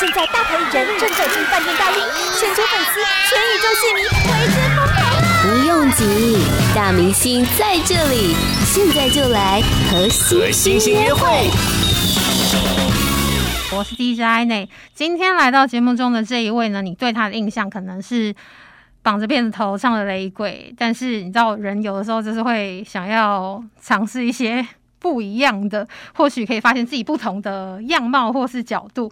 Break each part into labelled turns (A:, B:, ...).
A: 现在大牌艺人正走进饭店大厅，全球粉丝、全宇宙戏迷为之疯狂啊！
B: 不用急，大明星在这里，现在就来和
C: 和
B: 星
C: 星星
B: 星
C: 约
B: 约
C: 会
B: 会。。
D: 我是 DJ i n 今天来到节目中的这一位呢，你对他的印象可能是绑着辫子头唱的雷鬼，但是你知道人有的时候就是会想要尝试一些不一样的，或许可以发现自己不同的样貌或是角度。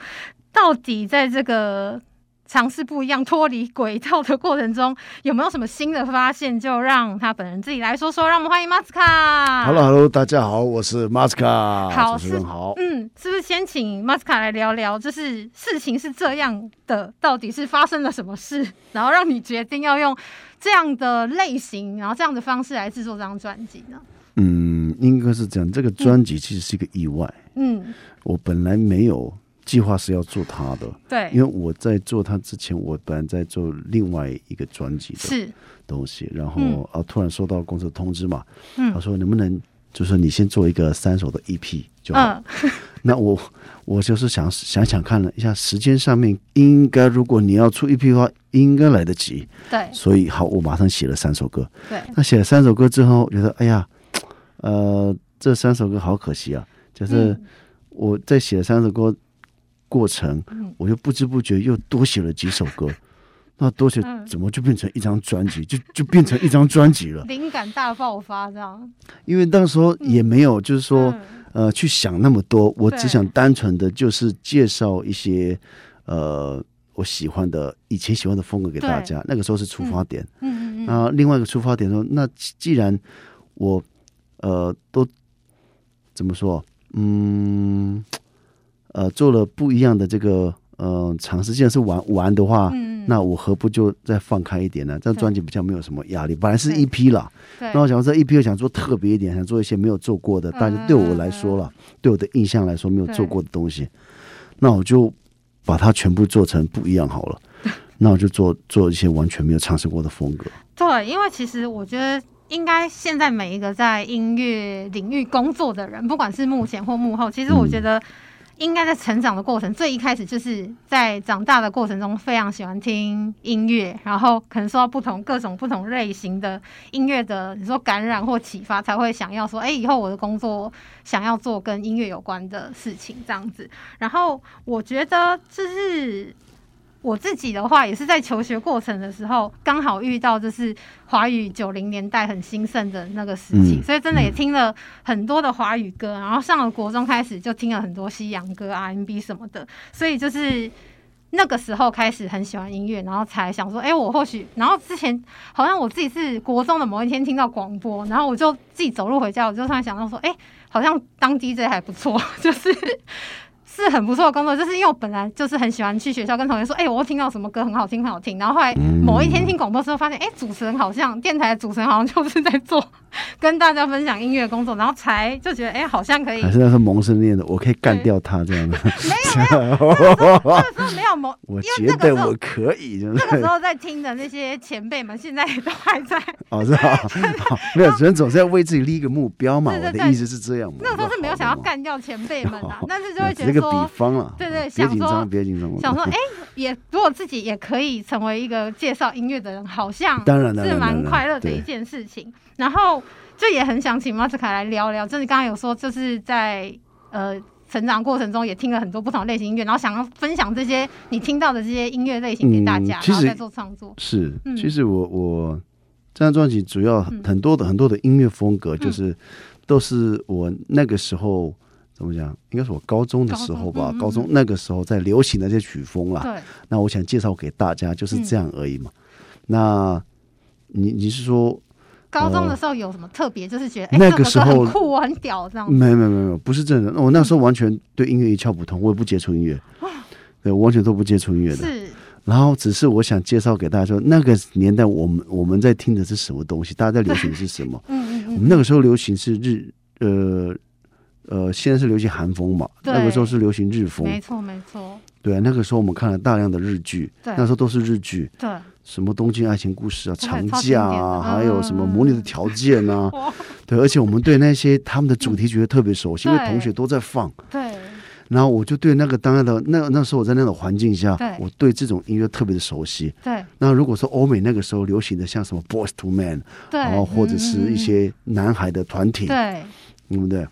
D: 到底在这个尝试不一样、脱离轨道的过程中，有没有什么新的发现？就让他本人自己来说说。让我们欢迎马斯卡。
E: Hello，Hello，大家好，我是 Masca，
D: 啊好
E: 主持人好。
D: 嗯，是不是先请马斯卡来聊聊，就是事情是这样的，到底是发生了什么事，然后让你决定要用这样的类型，然后这样的方式来制作这张专辑呢？
E: 嗯，应该是这样。这个专辑其实是一个意外，
D: 嗯，
E: 我本来没有计划是要做它的，因
D: 对，
E: 为我在做它之前，我本来在做另外一个专辑的
D: 是，
E: 东西，然后、
D: 嗯
E: 啊，突然收到公司的通知嘛，
D: 嗯
E: 他说能不能就是你先做一个三首的 EP 就好。
D: 嗯，
E: 那我我就是想想想看了一下时间上面，应该如果你要出 EP 的话，应该来得及。
D: 对，
E: 所以好，我马上写了三首歌。
D: 对，
E: 那写了三首歌之后，觉得哎呀，呃，这三首歌好可惜啊！就是
D: 嗯
E: 我在写三首歌过程，
D: 嗯
E: 我就不知不觉又多写了几首歌。那多写
D: 嗯
E: 怎么就变成一张专辑，就就变成一张专辑了？
D: 灵感大爆发这样。
E: 因为那时候也没有，就是说，
D: 嗯
E: 呃，去想那么多，我只
D: 对
E: 想单纯的就是介绍一些，呃，我喜欢的以前喜欢的风格给大
D: 对
E: 家。那个时候是出发点，
D: 嗯嗯嗯，
E: 那另外一个出发点说，那既既然我呃都怎么说，嗯，呃，做了不一样的这个呃尝试，既然是玩玩的话，
D: 嗯
E: 那我何不就再放开一点呢？这样
D: 对
E: 专辑比较没有什么压力。本来是
D: 对
E: 一批啦，
D: 对嗯
E: 那，我想说这一批我想做特别一点，想做一些没有做过的，大家对我来说了，对我的印象来说没有做过的东西，那我就把它全部做成不一样好了。 那我就做做一些完全没有尝试过的风格。
D: 对，因为其实我觉得。应该现在每一个在音乐领域工作的人，不管是幕前或幕后，其实我觉得应该在成长的过程，最一开始就是在长大的过程中，非常喜欢听音乐，然后可能受到不同各种不同类型的音乐的你说感染或启发，才会想要说，哎、以后我的工作想要做跟音乐有关的事情这样子。然后我觉得就是我自己的话，也是在求学过程的时候，刚好遇到就是华语九零年代很兴盛的那个时期，
E: 嗯
D: 所以真的也听了很多的华语歌。然后上了国中开始就听了很多西洋歌、RMB 什么的，所以就是。那个时候开始很喜欢音乐，然后才想说，哎、我或许，然后之前好像我自己是国中的某一天听到广播，然后我就自己走路回家，我就突然想到说，哎、好像当 DJ 还不错， 就是是很不错的工作，就是因为我本来就是很喜欢去学校跟同学说，哎、我又听到什么歌很好听，很好听。然后后来某一天听广播的时候，发现，哎、主持人好像电台的主持人好像就是在做跟大家分享音乐工作，然后才就觉得，哎、好像可以。
E: 还是那时候萌生念的，我可以干掉他这样的。
D: 那个时候没有某，因
E: 我
D: 为
E: 觉
D: 那个时
E: 得
D: 候
E: 我可以，就
D: 那个
E: 是
D: 时候在听的那些前辈们，现在也都还 在。
E: 哦，是 吧？ 好没有，人总是要为自己立一个目标嘛。
D: 对对
E: 我
D: 对
E: 的意思是这样嘛。
D: 那个时候是没有想要干掉前辈 们啊，但是就会觉得
E: 这个比
D: 说，
E: 方了。
D: 对对
E: 别
D: 想
E: 紧
D: 说
E: 张，别紧张。
D: 想说，哎、也如果自己也可以成为一个介绍音乐的人，好像
E: 当然当然
D: 是蛮
E: 当然
D: 快乐的
E: 对
D: 一件事情。然后就也很想请马斯卡来聊聊，就是刚刚有说，就是在呃成长过程中也听了很多不同类型音乐，然后想要分享这些你听到的这些音乐类型给大家，
E: 嗯其
D: 然后
E: 实
D: 再做创作。
E: 是
D: 嗯，
E: 其实我我这张专辑主要
D: 嗯
E: 很多的、很多的音乐风格，就是都是我那个时候怎么讲，应该是我高中的时候吧，
D: 高中嗯嗯嗯
E: 高中那个时候在流行的这些曲风啦。
D: 对，嗯
E: 那我想介绍给大家就是这样而已嘛。那你你是说
D: 高中的时候有什么特别，就是觉得哎、
E: 那
D: 这
E: 个
D: 首
E: 时
D: 歌
E: 候
D: 很酷哦，很屌这样子。
E: 没有没有没有没有，不是这样的。我那时候完全对音乐一窍不通，我也不接触音乐，对，我完全都不接触音乐的。
D: 哦是，
E: 然后只是我想介绍给大家说，那个年代我们我们在听的是什么东西，大家在流行的是什么。
D: 嗯
E: 我
D: 嗯
E: 们那个时候流行是日，呃，呃，现在是流行韩风嘛，
D: 对
E: 那个时候是流行日
D: 嗯，
E: 风，
D: 没错没错，
E: 对啊，那个时候我们看了大量的日剧，
D: 对
E: 那时候都是日剧，
D: 对，
E: 什么《东京爱情故事》啊，《
D: 对
E: 长
D: 超经
E: 假》
D: 典的嗯
E: 啊，还有什么《魔女的条件》啊，
D: 哇，
E: 对，而且我们对那些他们的主题曲也特别熟悉，因为
D: 对
E: 同学都在放，
D: 对，
E: 然后我就对那个当下的那那时候我在那种环境下
D: 对，
E: 我对这种音乐特别的熟悉。
D: 对
E: 那如果说欧美那个时候流行的像什么 Boys to Man，
D: 对，
E: 然后或者
D: 嗯
E: 是一、些男孩的团体，
D: 嗯嗯对
E: 对不对？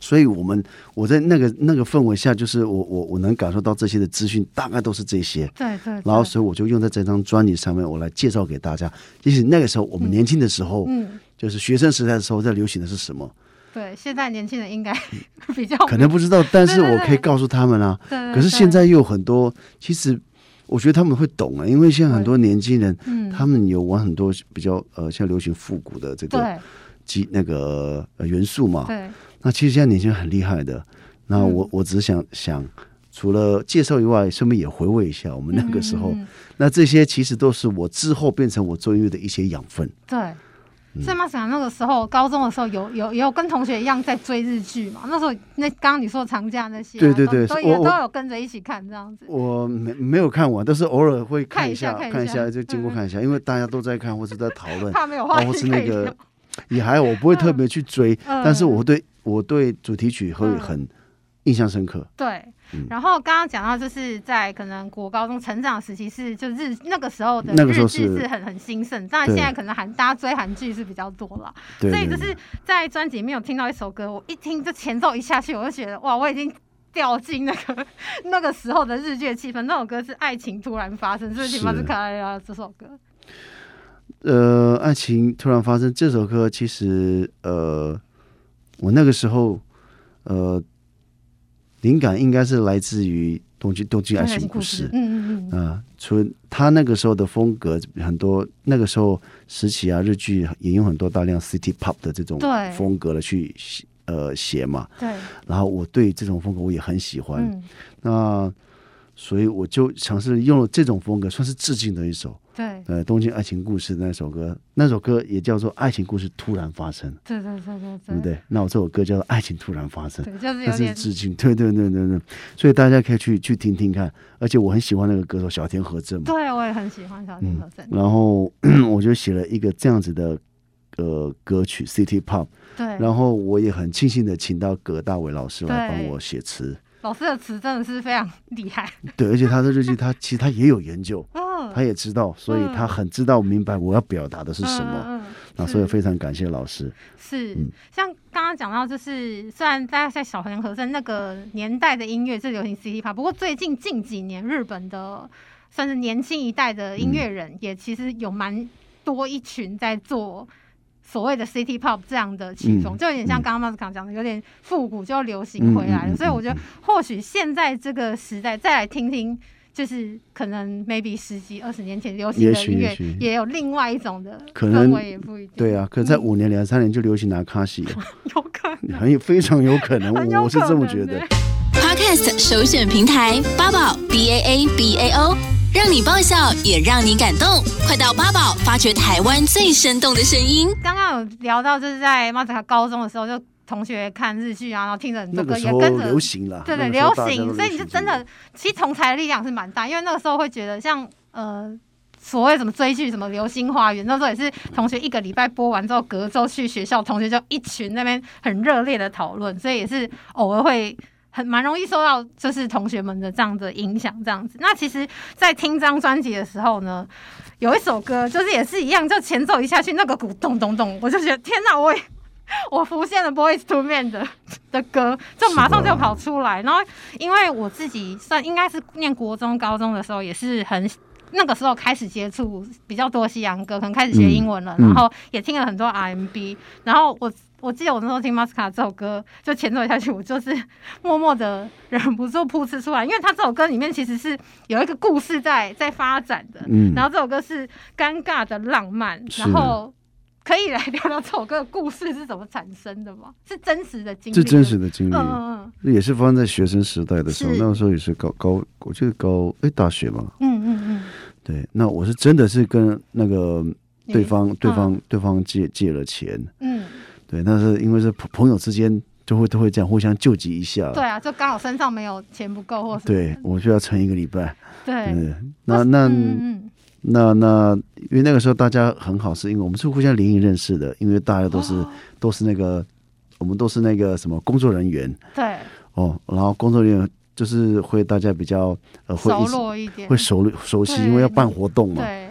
E: 所以我们我在那个那个氛围下，就是我我我能感受到这些的资讯，大概都是这些。
D: 对对，
E: 然后，
D: 对
E: 所以我就用在这张专辑上面，我来介绍给大家。也许那个时候我们年轻的时候，
D: 嗯哦
E: 就是学生时代的时候，在流行的是什么，
D: 对，现在年轻人应该 比较
E: 嗯可能不知道，但是
D: 对对
E: 我
D: 对
E: 可以告诉他们啊。
D: 对对
E: 可是
D: 对
E: 现在又有很多，其实我觉得他们会懂啊，因为现在很多年轻人，
D: 嗯
E: 他们有玩很多比较呃，像流行复古的这个
D: 对
E: 基那个呃元素嘛。
D: 对
E: 那其实现在年轻人很厉害的。那
D: 嗯
E: 我、我只是想想，除了介绍以外，顺便也回味一下我们那个时候。
D: 嗯嗯嗯
E: 那这些其实都是我之后变成我做音乐的一些养分。
D: 对。
E: 嗯
D: 所以马啊想那个时候，高中的时候有有也有跟同学一样在追日剧嘛。那时候那刚刚你说长假那些啊、
E: 对对
D: 都
E: 对
D: 都
E: 我
D: 也
E: 我
D: 都有跟着一起看这样子。
E: 我没没有看完，但是偶尔会看一下，
D: 看一下嗯看
E: 看
D: 一下
E: 就经过看一下，因为大家都在看或者在讨 论，
D: 怕没有话
E: 啊，
D: 题
E: 或是
D: 可
E: 那
D: 以
E: 个
D: 聊
E: 也还好，我不会特别去追，
D: 嗯
E: 但是我对我对主题曲会
D: 嗯
E: 很印象深刻。
D: 对，
E: 嗯
D: 然后刚刚讲到就是在可能国高中成长时期是就日那个时候的
E: 那个时
D: 日
E: 候
D: 剧
E: 是
D: 是很很兴盛，当然
E: 对
D: 现在可能韩大家追韩剧是比较多了，
E: 对
D: 所以就
E: 对对
D: 是在专辑里面有听到一首歌，我一听这前奏一下去，我就觉得哇，我已经。掉进那个那个时候的日剧的气氛，那首歌是《爱情突然发生》，是不是请马斯卡莱拉这首歌？
E: 呃，爱情突然发生这首歌，其实呃，我那个时候呃，灵感应该是来自于东京东京爱情故事。
D: 嗯嗯嗯，
E: 啊，除他那个时候的风格，很多那个时候时期啊，日剧也用很多大量 city pop 的这种
D: 对
E: 风格的去写呃写嘛。
D: 对，
E: 然后我对这种风格我也很喜欢，
D: 嗯
E: 那所以我就尝试用了这种风格，算是致敬的一首
D: 对
E: 呃《东京爱情故事》的那首歌，那首歌也叫做《爱情故事突然发生》，
D: 对对对
E: 对
D: 对
E: 不
D: 对，
E: 对？那我这首歌叫做《爱情突然发生》。
D: 对，就是
E: 它
D: 有
E: 是
D: 点
E: 致敬， 对对对对对，所以大家可以去去听听看，而且我很喜欢那个歌手小田和正嘛，
D: 对，我也很喜欢小林和正，
E: 然后 我就写了一个这样子的呃歌曲 City Pop，
D: 对，
E: 然后我也很庆幸的请到葛大为老师来
D: 对
E: 帮我写词，
D: 老师的词真的是非常厉害。
E: 对，而且他的日 记他其实他也有研究，
D: 嗯，
E: 他也知道，所以他很知道明白我要表达的是什么，
D: 嗯？嗯嗯
E: 那
D: 是
E: 所以非常感谢老师，
D: 是
E: 嗯
D: 像刚刚讲到，就是虽然大家在小田和声那个年代的音乐是流行 City Pop，不过最近近几年日本的算是年轻一代的音乐
E: 嗯
D: 人，也其实有蛮多一群在做。所谓的 City Pop 这样的曲风，
E: 嗯
D: 就有点像刚刚马斯卡讲的，有点复古就流行回来了。
E: 嗯嗯嗯嗯
D: 所以我觉得，或许现在这个时代再来听听，就是可能 maybe 十几二十年前流行
E: 也
D: 的
E: 许
D: 音乐
E: 也许，
D: 也有另外一种的
E: 可能
D: 氛围，也不一定。
E: 对啊，可能在五年两三年就流行拿卡西，
D: 有可能。
E: 很有非常有 可
D: 嗯
E: 能，
D: 很有
E: 我是这么觉
D: 可能
E: 得
D: 欸。
B: Podcast 首选平台八宝 B A A B A O，让你爆笑也让你感动。快到八宝发掘台湾最生动的声音。
D: 刚刚有聊到，就是在马子卡高中的时候，就同学看日剧啊，然后听着很
E: 那
D: 多歌，
E: 个时
D: 也
E: 候
D: 跟着
E: 流。行了，
D: 对对，
E: 那
D: 流
E: 个时候大家都
D: 行，所以你就真的，其实同才的力量是蛮大，因为那个时候会觉得像呃，所谓什么追剧，什么《流星花园》，那时候也是同学一个礼拜播完之后，隔周去学校，同学就一群那边很热烈的讨论，所以也是偶尔会很蛮容易受到就是同学们的这样的影响，这样子。那其实，在听这张专辑的时候呢，有一首歌就是也是一样，就前奏一下去，那个鼓咚咚咚，我就觉得天哪，我也。我浮现了 Boys to Men 的 的歌，就马上就跑出来。然后，因为我自己算应该是念国中、高中的时候，也是很那个时候开始接触比较多西洋歌，可能开始学英文了，
E: 嗯嗯
D: 然后也听了很多 RMB。然后我我记得我那时候听 Masca 这首歌，就前奏一下去，我就是默默的忍不住噗嗤出来，因为他这首歌里面其实是有一个故事在在发展的。
E: 嗯
D: 然后这首歌是尴尬的浪漫，
E: 是
D: 然后可以来聊聊这首歌的故事是怎么产生的吗？是真实的经历？
E: 这真实。的经历。
D: 嗯嗯
E: 也是发生在学生时代的时候，
D: 是
E: 那个时候也是高高，我记得高哎大学嘛，
D: 嗯嗯嗯
E: 对，那我是真的是跟那个
D: 嗯，
E: 对方、对方、对方借借了钱，
D: 嗯，
E: 对，那是因为是朋朋友之间就会都会这样互相救济一下，
D: 对啊，就刚好身上没有钱不够或什么
E: 对，嗯我就要撑一个礼拜，
D: 对，
E: 对，那那
D: 嗯嗯
E: 那那，因为那个时候大家很好，是因为我们是互相联谊认识
D: 哦
E: 的，因为大家都是都是那个我们都是那个什么工作人员，
D: 嗯，对，
E: 哦，然后工作人员就是会大家比较呃会
D: 熟
E: 一起
D: 络一点，
E: 会熟熟悉，
D: 对
E: 因为要办活动嘛。
D: 对，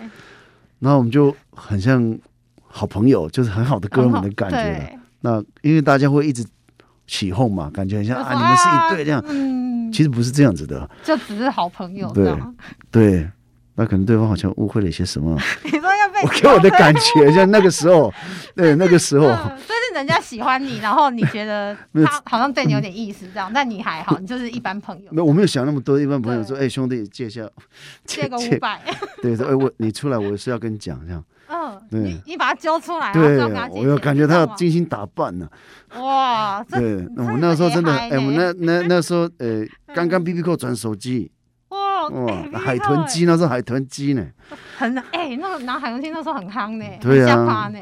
E: 那我们就很像好朋友，就是很好的哥们的感觉了。
D: 对，
E: 那因为大家会一直起哄嘛，感觉很像
D: 就
E: 啊，
D: 说
E: 你们是一对这样。
D: 嗯，
E: 其实不是这样子的，
D: 就只是好朋友，
E: 对
D: 这样
E: 对。那可能对方好像误会了一些什么，
D: 你说要被
E: 我给我的感觉像那个时候， 对那个时候，
D: 嗯就是人家喜欢你，然后你觉得
E: 没有
D: 他好像对你有点意思这样，但你还好，你就是一般朋友
E: 没，有我没有想那么多。一般朋友说，哎，兄弟 借一下，
D: 嗯借个五，百，
E: 对，说哎我你出来我是要跟你讲这样，
D: 嗯，
E: 对
D: 你你把他揪出来，
E: 对
D: 然后，
E: 我要感觉他
D: 他
E: 要精心打扮呢。
D: 啊哇，这
E: 对，那我
D: 真
E: 那
D: 的
E: 时候
D: 是
E: 真的，
D: AI
E: 哎，我那
D: 呢
E: 那那时候，呃，
D: 嗯
E: 刚刚 B B 扣转手机，
D: 哇，哎
E: 哇，
D: 没
E: 海
D: 错
E: 豚
D: 哎
E: 机那时候海豚机呢，
D: 很哎，那个拿海豚机那时候很夯呢，
E: 对啊
D: 很下巴呢，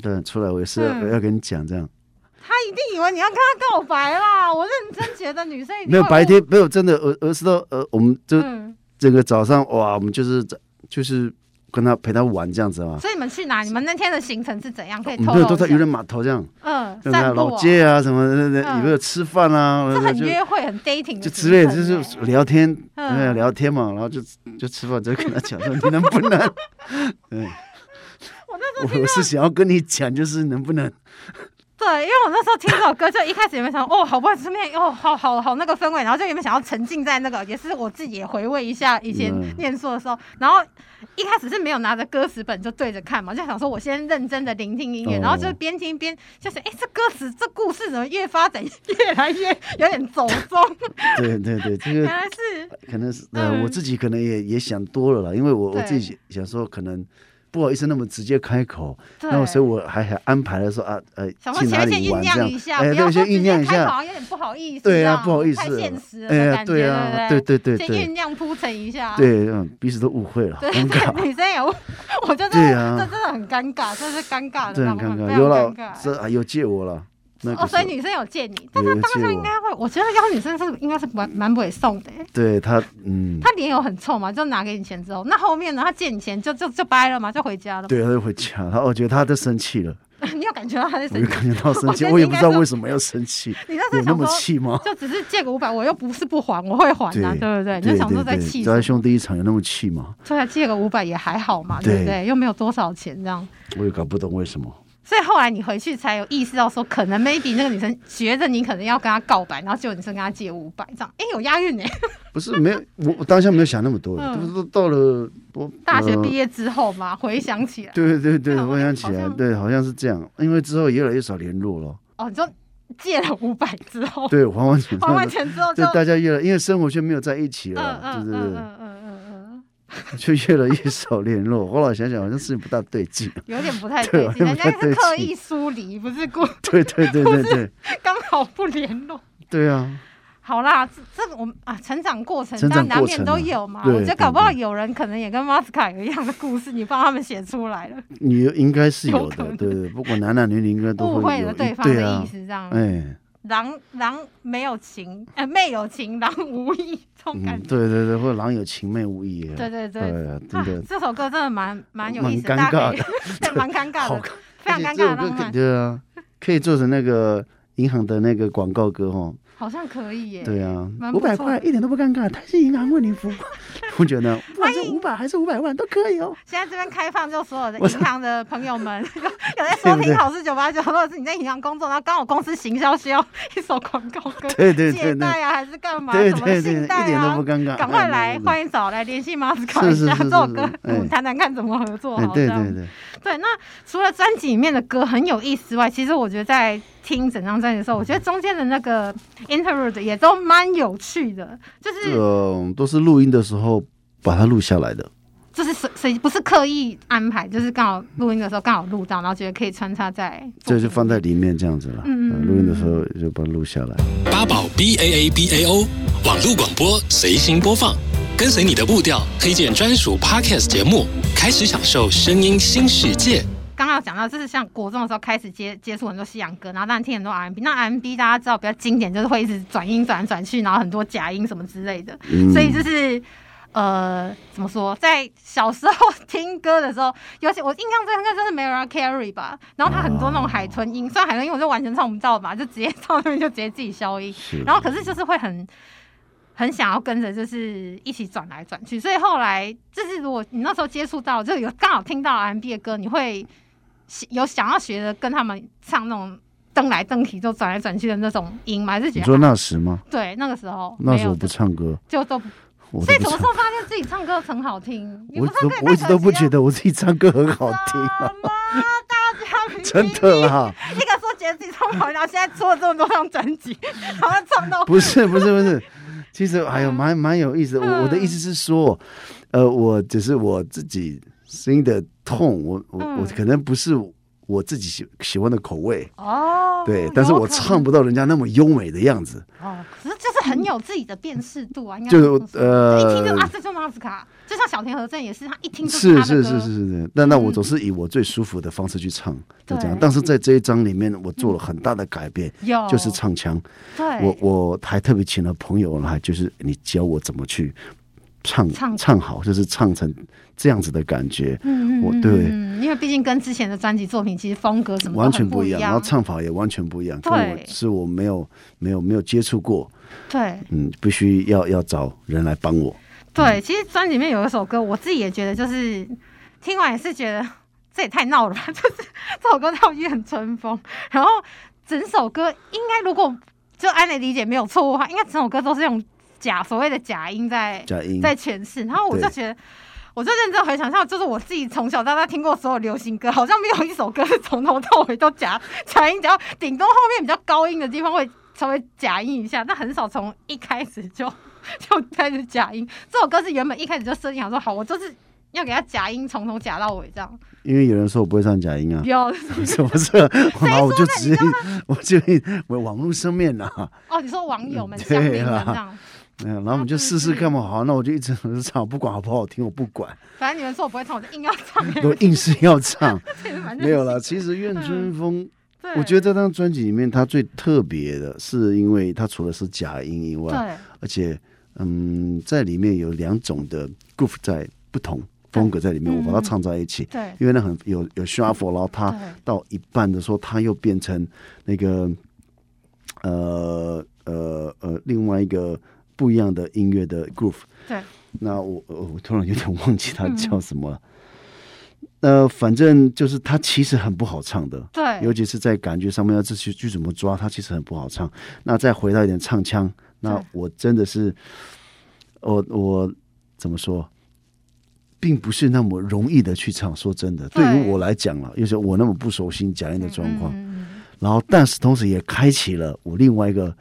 E: 对，出来我也是要
D: 嗯
E: 要跟你讲这样，
D: 他一定以为你要跟他告白啦，我认真觉得女生一定
E: 没有
D: 哎会误
E: 白天没有真的，而而是到呃，我们就
D: 嗯，
E: 这个早上哇，我们就是就是跟他陪他玩这样子啊，
D: 所以你们去哪？你们那天的行程是怎样？可以
E: 我们
D: 透
E: 朋
D: 露
E: 友嗯都在
D: 一
E: 渔
D: 下
E: 人码头这样，
D: 嗯，
E: 对不对？
D: 散步
E: 老
D: 哦，
E: 街啊什么的，对对，
D: 嗯
E: 有没有吃饭啊？
D: 这
E: 然后
D: 很
E: 就
D: 约会，很 dating
E: 就
D: 的
E: 之类，就
D: 行程
E: 是
D: 哎
E: 聊天，
D: 嗯
E: 对，聊天嘛，然后就就吃饭，就跟他讲说你能不 能，对，
D: 我那时候
E: 我我是想要跟你讲，就是能不能，
D: 对，因为我那时候听这首歌，就一开始有没有想哦，好不好吃面，哦，好好好那个氛围，然后就有没有想要沉浸在那个，也是我自己也回味一下以前
E: 嗯
D: 念书的时候，然后一开始是没有拿着歌词本就对着看嘛，就想说我先认真的聆听音乐，
E: 哦
D: 然后就边听边就是，哎，这歌词这故事怎么越发展越来越有点走中？
E: 对对对，这
D: 原
E: 个
D: 来是
E: 可能是呃，
D: 嗯
E: 我自己可能也也想多了啦，因为我我
D: 对
E: 自己想说可能。不好意思，那么直接开口，
D: 对
E: 然后所以我还还安排了说啊呃
D: 想说
E: 去哪
D: 前面先
E: 里
D: 酝
E: 玩这
D: 酿
E: 样
D: 一，下，
E: 哎
D: 不要说
E: 对，先
D: 直
E: 酝
D: 接
E: 酿一
D: 开口，啊
E: 下
D: 好，像有点不好意思这
E: 对
D: 样，
E: 啊，不好意思，
D: 太现实了
E: 哎
D: 的
E: 呀，
D: 感觉，
E: 对啊，
D: 对不
E: 对对
D: 先酝
E: 对，
D: 酿铺陈一下，
E: 对，嗯，彼此都误会了，
D: 对
E: 尴尬。
D: 女生也会，我觉得
E: 对啊
D: 这真的很尴尬，这是尴尬的
E: 这
D: 状况，
E: 很尴
D: 非
E: 尬，
D: 常
E: 有了
D: 尴尬，
E: 这啊有借我了，那
D: 哦，
E: 个
D: 所以
E: 时候
D: 女生有借你，但
E: 有
D: 她
E: 有
D: 当
E: 借
D: 下
E: 我
D: 应该会，我觉得邀女生是应该是蛮蛮不会送的欸。
E: 对他嗯，
D: 她脸有很臭嘛，就拿给你钱之后，那后面呢？她借你钱就就就掰了嘛，就回家了嘛。
E: 对，他就回家，然后我觉得他在生气了，
D: 你有感觉到她在
E: 我
D: 生
E: 就
D: 气？
E: 感觉到生气，
D: 我觉得
E: 我也
D: 应
E: 不
D: 该
E: 知道
D: 是
E: 为什么要生气，
D: 你那时候
E: 有那
D: 想
E: 么
D: 说，
E: 气吗？
D: 就只是借个五百，我又不是不还，我会还
E: 对
D: 啊，对不对？你就
E: 对
D: 想说
E: 对
D: 在
E: 对，
D: 气
E: 走
D: 什
E: 在
D: 么？
E: 兄弟一场有那么气吗？
D: 对啊，借个五百也还好嘛，对不
E: 对
D: 对？又没有多少钱这样。
E: 我也搞不懂为什么。
D: 所以后来你回去才有意识到说，可能 maybe 那个女生觉得你可能要跟她告白，然后结果女生跟她借五百，这样，哎、有押韵呢、
E: 不是没有，我我当下没有想那么多，
D: 嗯
E: 就是说到了我
D: 大学毕
E: 业，
D: 业之后嘛，回想起来，
E: 呃对对对，
D: 好像
E: 我想起
D: 好
E: 来，
D: 像
E: 对，好像是这样，因为之后也越来越少联络了，
D: 哦，你就借了五百之后，
E: 对，完完全
D: 还完
E: 全，
D: 钱之后就
E: 对，，大家越来因为生活圈没有在一起
D: 嗯
E: 了，
D: 嗯
E: 对
D: 嗯
E: 对对。
D: 嗯嗯嗯嗯，
E: 就越来越少联络。 后来想想，好像事情不大对劲。
D: 有点不太
E: 对
D: 对劲，
E: 有
D: 人
E: 点不
D: 家
E: 太
D: 是刻
E: 对劲
D: 意疏离，不是故
E: 对对对对对
D: 刚好不联络。
E: 对啊！
D: 好啦，这这个我们啊，成长过程
E: 成
D: 当
E: 长
D: 然难
E: 过
D: 免
E: 程
D: 都
E: 啊
D: 有嘛。
E: 对
D: 我觉得
E: 对
D: 搞不好
E: 对
D: 有人可能也跟 m a s c a 有一样的故事，你帮他们写出来了，
E: 你应该是有
D: 有可
E: 的，
D: 能
E: 对对，不管男男女女应该 都
D: 误
E: 会
D: 会
E: 有
D: 了
E: 一。
D: 对方
E: 对
D: 的
E: 啊
D: 意，思，这样。
E: 哎，
D: 狼狼没有情， 呃，妹有情，狼无意，这种感
E: 嗯，
D: 觉。
E: 对对对，或者郎有情妹无意啊。
D: 对对对
E: 哎，真的
D: 啊，这首歌真的蛮蛮有意思，
E: 蛮尴尬的
D: 大家可以 对，蛮尴尬
E: 好
D: 的，
E: 看，
D: 非常尴
E: 而且
D: 尬的
E: 这首
D: 浪
E: 歌可
D: 漫，
E: 对啊，可以做成那个银行的那个广告歌哦。
D: 好像可以耶。
E: 对啊，
D: 蛮不
E: 五
D: 错的
E: 百块一点都不尴尬，台新银行为您服务。 我觉得不管是五百还是五百万都可以哦。
D: 现在这边开放，就所有的
E: 我操
D: 银行的朋友们， 有有在收
E: 对不对
D: 听好事九八九，或者是你在银行工作，然后刚好公司行销需要一首广告歌，
E: 对对对
D: 借
E: 对
D: 贷啊还是干嘛，
E: 对
D: 什么
E: 对对，
D: 信贷
E: 一点都
D: 啊
E: 不，尴尬。
D: 赶快
E: 哎
D: 来，
E: 对对
D: 欢迎找来联系马斯卡
E: 是
D: 一
E: 是
D: 下
E: 是
D: 这首
E: 是
D: 歌
E: 是，
D: 我们
E: 哎
D: 谈谈看怎么合作
E: 哎
D: 哦好，嗯这
E: 对
D: 样
E: 对对，
D: 对，那除了专辑里面的歌很有意思之外，其实我觉得在听整张专辑的时候，我觉得中间的那个 interlude 也都蛮有趣的，就是、
E: 这都是录音的时候把它录下来
D: 哦
E: 的。
D: 就是谁谁不是刻意安排，就是刚好录音的时候刚好录到，然后觉得可以穿插在
E: 这就放在里面这样子了。
D: 嗯嗯
E: 呃
D: 嗯
E: 录音的时候就把它录下来。
C: 八宝 B A A B A O 网络广播随心播放，跟随你的步调，推荐专属 Podcast 节目，开始享受声音新世界。
D: 刚刚有讲到，就是像国中的时候开始接接触很多西洋歌，然后当然听很多 R&B。那 R&B 大家知道比较经典，就是会一直转音转来转去，然后很多假音什么之类的。
E: 嗯
D: 所以就是呃，怎么说，在小时候听歌的时候，尤其我印象最深刻就是 Mariah Carey 吧，然后他很多那种海豚音，虽然海豚音我就完全唱不到吧，就直接唱那边就直接自己消音，
E: 是
D: 然后可是就是会很很想要跟着，就是一起转来转去。所以后来就是如果你那时候接触到，就有刚好听到 R&B 的歌，你会喜有想要学着跟他们唱那种蹬来蹬去、就转来转去的那种音吗？还是觉
E: 你
D: 得
E: 说那时吗？
D: 对那个时候
E: 那
D: 啊哦没
E: 时
D: 有
E: 候我不
D: 就
E: 唱歌，
D: 就都不。
E: 我
D: 所
E: 都
D: 以
E: 不
D: 什么
E: 唱
D: 时。候发现自己唱歌很好听？你
E: 我一
D: 不
E: 直
D: 唱
E: 都
D: 歌
E: 我一直都不觉
D: 得
E: 得我自己唱歌很好听啊，
D: 大家
E: 真的啦。
D: 一个说觉得自己唱不好，然后现在出了这么多张专辑，好像唱到
E: 不是不是不是，其实还有
D: 嗯
E: 蛮蛮有意思的。我我的意思是说，呃，我只是我自己声音的痛，我我我
D: 嗯
E: 可能不是我自己喜喜欢的口味，
D: 哦，
E: 对，但是
D: 有
E: 我
D: 可能
E: 唱不到人家那么优美的样子。
D: 哦，可是就是很有自己的辨识度啊，应该
E: 就
D: 这么说
E: 呃
D: 就一听就啊，这就是马斯卡，就像小田和正也是，他一听就是他的歌
E: 是
D: 嗯
E: 是是，是是，但那我总是以我最舒服的方式去唱，就这
D: 对
E: 样。
D: 嗯哦
E: 但是在这一章里面，我做了很大的改变，
D: 有
E: 就是唱腔。
D: 对，
E: 我我还特别请了朋友来，就是你教我怎么去唱
D: 唱
E: 好，就是唱成这样子的感觉。
D: 嗯嗯
E: 我
D: 嗯
E: 对
D: 嗯，因为毕竟跟之前的专辑作品其实风格什么都
E: 完全
D: 很不
E: 一样，然后唱法也完全不一样，跟我
D: 对
E: 是我没有没有没有接触过，
D: 对
E: 嗯，必须要要找人来帮我。
D: 对，其实专辑里面有一首歌，我自己也觉得就是听完也是觉得这也太闹了吧， 就是这首歌叫《一很春风》，然后整首歌应该如果就按你理解没有错误的话，应该整首歌都是用假所谓的假音在
E: 假音
D: 在诠释，然后我就
E: 对
D: 觉得。我就认真回想一下，就是我自己从小到大听过所有流行歌，好像没有一首歌是从头到尾都假假音，只要顶多后面比较高音的地方会稍微假音一下，但很少从一开始就就开始假音。这首歌是原本一开始就设定好说，好，我就是要给他假音，从头假到尾这样。
E: 因为有人说我不会唱假音啊，
D: 有
E: 什么事？ 然后我就直接，我就我网络上面呐、啊，
D: 哦，你说网友们
E: 对啊
D: 乡民
E: 啦
D: 们这样，
E: 嗯然后我们
D: 哦
E: 就试试看嘛。好，那我就一直唱，不管好不好听，我不管，
D: 反正你们说我不会唱，我就硬要唱。
E: 我硬是要唱。
D: 这也是蛮任性
E: 没有啦，，其实《愿春风》
D: 嗯对
E: 我觉得这张专辑里面，它最特别的是，因为它除了是假音以外，
D: 对
E: 而且嗯，在里面有两种的 goof 在不同风格在里面，我
D: 嗯
E: 把它唱在一起，
D: 对
E: 因为那很有有 shuffle，然后它
D: 对
E: 到一半的时候，它又变成那个呃呃呃另外一个不一样的音乐的 groove。
D: 对，
E: 那我呃我突然有点忘记它叫什么了。呃，反正就是它其实很不好唱的，
D: 对
E: 尤其是在感觉上面要这去去怎么抓，它其实很不好唱。那再回到一点唱腔，那
D: 对
E: 我真的是，我我怎么说，并不是那么容易的去唱。说真的，对
D: 对
E: 于我来讲了，有时候我那么不熟悉假音的状况，
D: 嗯
E: 然后但是同时也开启了我另外一个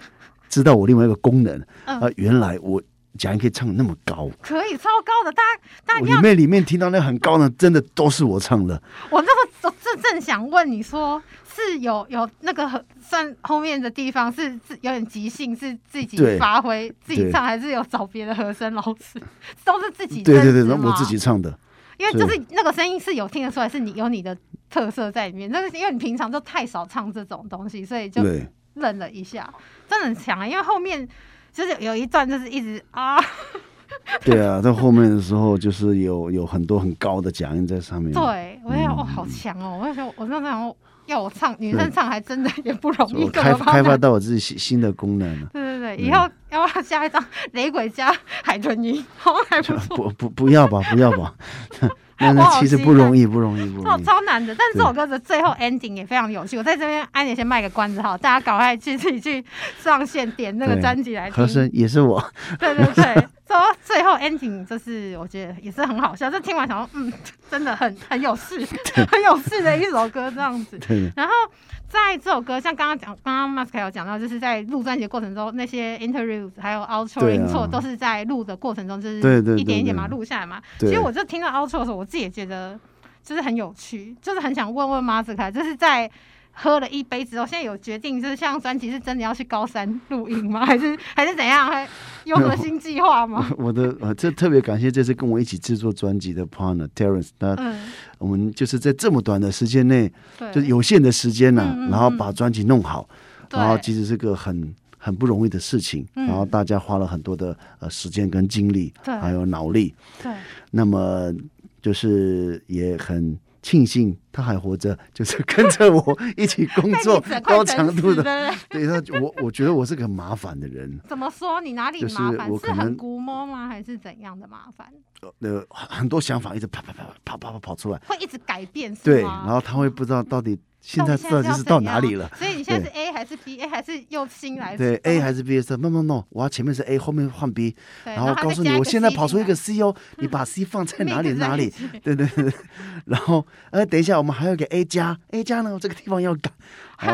E: 知道我另外一个功能啊、
D: 嗯
E: 原来我假音可以唱那么高。
D: 可以超高的，大家大
E: 我
D: 家要
E: 里面里面听到那很高呢，真的都是我唱的。
D: 我那个我正正想问你说，是有有那个很算后面的地方是自有点即兴，是自
E: 对
D: 己发挥自己
E: 对
D: 唱，还是有找别的和声老师？ 都是自己
E: 对对
D: 认
E: 对，
D: 识
E: 我
D: 吗
E: 自己，唱的。
D: 因为就是那个声音是有听得出来，是你有你的特色在里面。那个因为你平常就太少唱这种东西，所以就
E: 对，
D: 愣了一下，真的很强啊！因为后面就是有一段就是一直啊，
E: 对啊，在后面的时候就是有有很多很高的假音在上面。，
D: 对我也
E: 嗯
D: 想哦好强哦！我也觉得我那时候要我唱女生唱还真的也不容易，
E: 我
D: 更
E: 哦开
D: 何况
E: 开发
D: 男
E: 到我自己新新的嗯功能了。
D: 对对对，以后要不要下一张雷鬼加海豚音，好像还不错，
E: 不不不要吧，不要 吧，那
D: 我
E: 那
D: 好
E: 其实
D: 期
E: 不容
D: 待
E: 易，不容易，不
D: 这
E: 容
D: 首
E: 易。
D: 哦超难的。但是这首歌的最后
E: 嗯
D: ending 也非常有趣，我在这边安姐先卖个关子哈，大家赶快去自己去上线点那个
E: 对
D: 专辑来听
E: 和。声也是我，
D: 对对对，说最后 ending 就是我觉得也是很好笑，就听完想说，嗯，真的很很有 事，很有事的一首歌这样子。
E: 对，
D: 然后在这首歌，像刚刚讲，刚刚 m a s k 有讲到，就是在录专辑的过程中，那些 interview 还有 outro
E: 对啊
D: intro 都是在录的过程中，就是
E: 对对对
D: 一点一点嘛
E: 对
D: 录下来嘛。
E: 对
D: 其实我就听到 outro 的时候，我自己也觉得就是很有趣，就是很想问问 m a s k 就是在。喝了一杯之后，现在有决定，就是像专辑是真的要去高山录音吗？ 还是还是怎样？还有核心计划 吗？
E: 我的呃，这特别感谢这次跟我一起制作专辑的 partner Terence，那
D: 嗯，
E: 我们就是在这么短的时间内，
D: 对，
E: 就是有限的时间呐、
D: 嗯嗯
E: 然后把专辑弄好，
D: 对嗯
E: 然后其实是个很很不容易的事情，然后大家花了很多的呃时间跟精力，
D: 对
E: 还有脑力，
D: 对，
E: 那么就是也很庆幸他还活着， 就是跟着我一起工作
D: 被你整， 快
E: 高强度
D: 整死
E: 的。
D: 了
E: 对他，我我觉得我是个很麻烦的人，
D: 怎么说？你哪里
E: 就是
D: 麻烦？
E: 我
D: 是
E: 可能
D: 很估摸吗？还是怎样的麻烦？
E: 呃，很多想法一直啪啪啪啪啪啪跑出来，
D: 会一直改变是
E: 对，
D: 吗
E: 然后他会不知道到底现
D: 到
E: 在
D: 底
E: 知道就是
D: 要
E: 到
D: 怎
E: 哪
D: 样
E: 里了。
D: 所以你现在是 A 还是 B？A 还是用心来哦
E: 对 A 还
D: 是嗯
E: 是 B 的时候，慢慢弄，我要前面是 A，后面换 B，
D: 对
E: 然后
D: 然后它
E: 告
D: 再
E: 诉
D: 加
E: 你，
D: 一
E: 我
D: 个
E: 现在
D: C
E: 跑出一
D: 进
E: 个
D: 来
E: C 哦，你把 C 放在哪里
D: 每个
E: 哪
D: 在一
E: 里
D: 起，
E: 对对 对，对然后呃，等一下我们还有个 A 加，A 加呢这个地方要改，然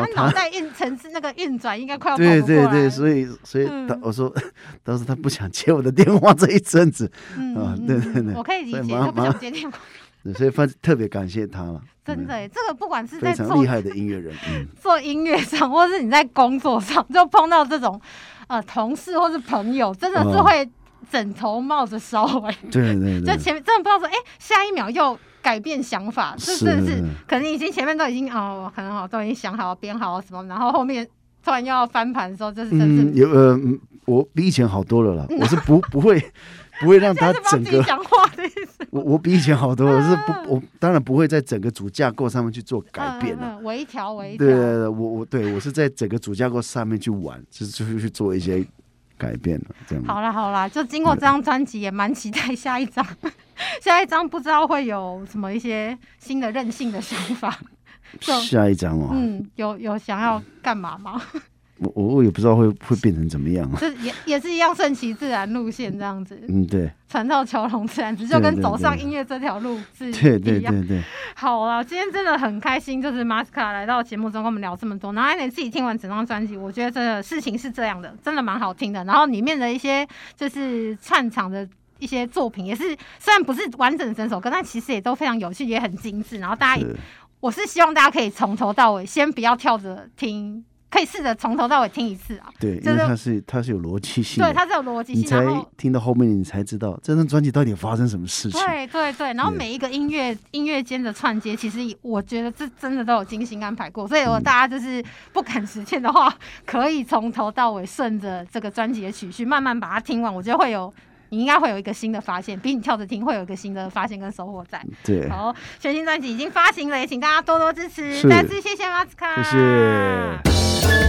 D: 他
E: 后
D: 脑
E: 他
D: 袋运城市那个运转应该 快要跑
E: 对
D: 不过
E: 对
D: 来
E: 对，
D: 了
E: 所以所以
D: 嗯
E: 他我说，当时他不想接我的电话这一阵子，
D: 嗯
E: 啊
D: 嗯
E: 对
D: 嗯
E: 对
D: 嗯
E: 对
D: 我可以理
E: 所以
D: 解，
E: 蛮
D: 他不
E: 蛮
D: 想接电话，
E: 所以反正特别感谢他了，
D: 真的
E: 嗯
D: 耶，这个不管是在
E: 非
D: 做
E: 常厉害的音乐人， 嗯。
D: 做音乐上，或是你在工作上，就碰到这种呃同事或是朋友，真的是
E: 哦
D: 会枕头冒着烧哎、
E: 对对
D: 就
E: 对，
D: 前面真的不知道说，哎、下一秒又改变想法，这
E: 是
D: 真的是可能已经前面都已经哦，可能好都已经想好编好什么，然后后面突然又要翻盘的时候，就是真是、
E: 嗯，有呃，嗯我比以前好多了啦，我是不不会不 会让他
D: 这是帮
E: 整
D: 自己
E: 个。
D: 讲话的意思。
E: 我我比以前好多，我是
D: 啊
E: 不，我当然不会在整个主架构上面去做 改变了、
D: 嗯，嗯嗯微调微调。
E: 对，我我对我是在整个主架构上面去玩，就是就是去做一些改变了，这样。
D: 好啦好啦，就经过这张专辑，也蛮期待下一张。 下一张不知道会有什么一些新的任性的想 法，这种
E: 下一张哦，
D: 嗯，有有想要干嘛吗？
E: 我我我也不知道会会变成怎么样。啊
D: 就是也也是一样顺其自然路线这样子，
E: 嗯，对，
D: 船到桥头自然直，就
E: 对
D: 跟
E: 对
D: 走上
E: 对
D: 音乐这条路是一样。
E: 对对对 对，
D: 好啦，今天真的很开心，就是 Masca 来到节目中跟我们聊这么多。然后 a n 自己听完整张专辑，我觉得这个事情是这样的，真的蛮好听的。然后里面的一些就是串场的。一些作品也是，虽然不是完整整首歌，但其实也都非常有趣，也很精致。然后大家也
E: 是
D: 我是希望大家可以从头到尾，先不要跳着听，可以试着从头到尾听一次啊。
E: 对，
D: 就
E: 因
D: 是
E: 为它是它是有逻辑性
D: 对，
E: 的，
D: 它是有逻辑
E: 你
D: 性，
E: 才
D: 然后
E: 听到后面你才知道这张专辑到底发生什么事情。嗯
D: 对对对，然后
E: 对
D: 每一个音乐音乐间的串接，其实也我觉得这真的都有精心安排过，所以如
E: 嗯
D: 果大家就是不敢实现的话，可以从头到尾顺着这个专辑的曲序慢慢把它听完，我觉得会有。你应该会有一个新的发现，比你跳着听会有一个新的发现跟收获在。
E: 对，
D: 好，全新专辑已经发行了，也请大家多多支持。
E: 是
D: 再次谢谢马斯卡，
E: 谢谢。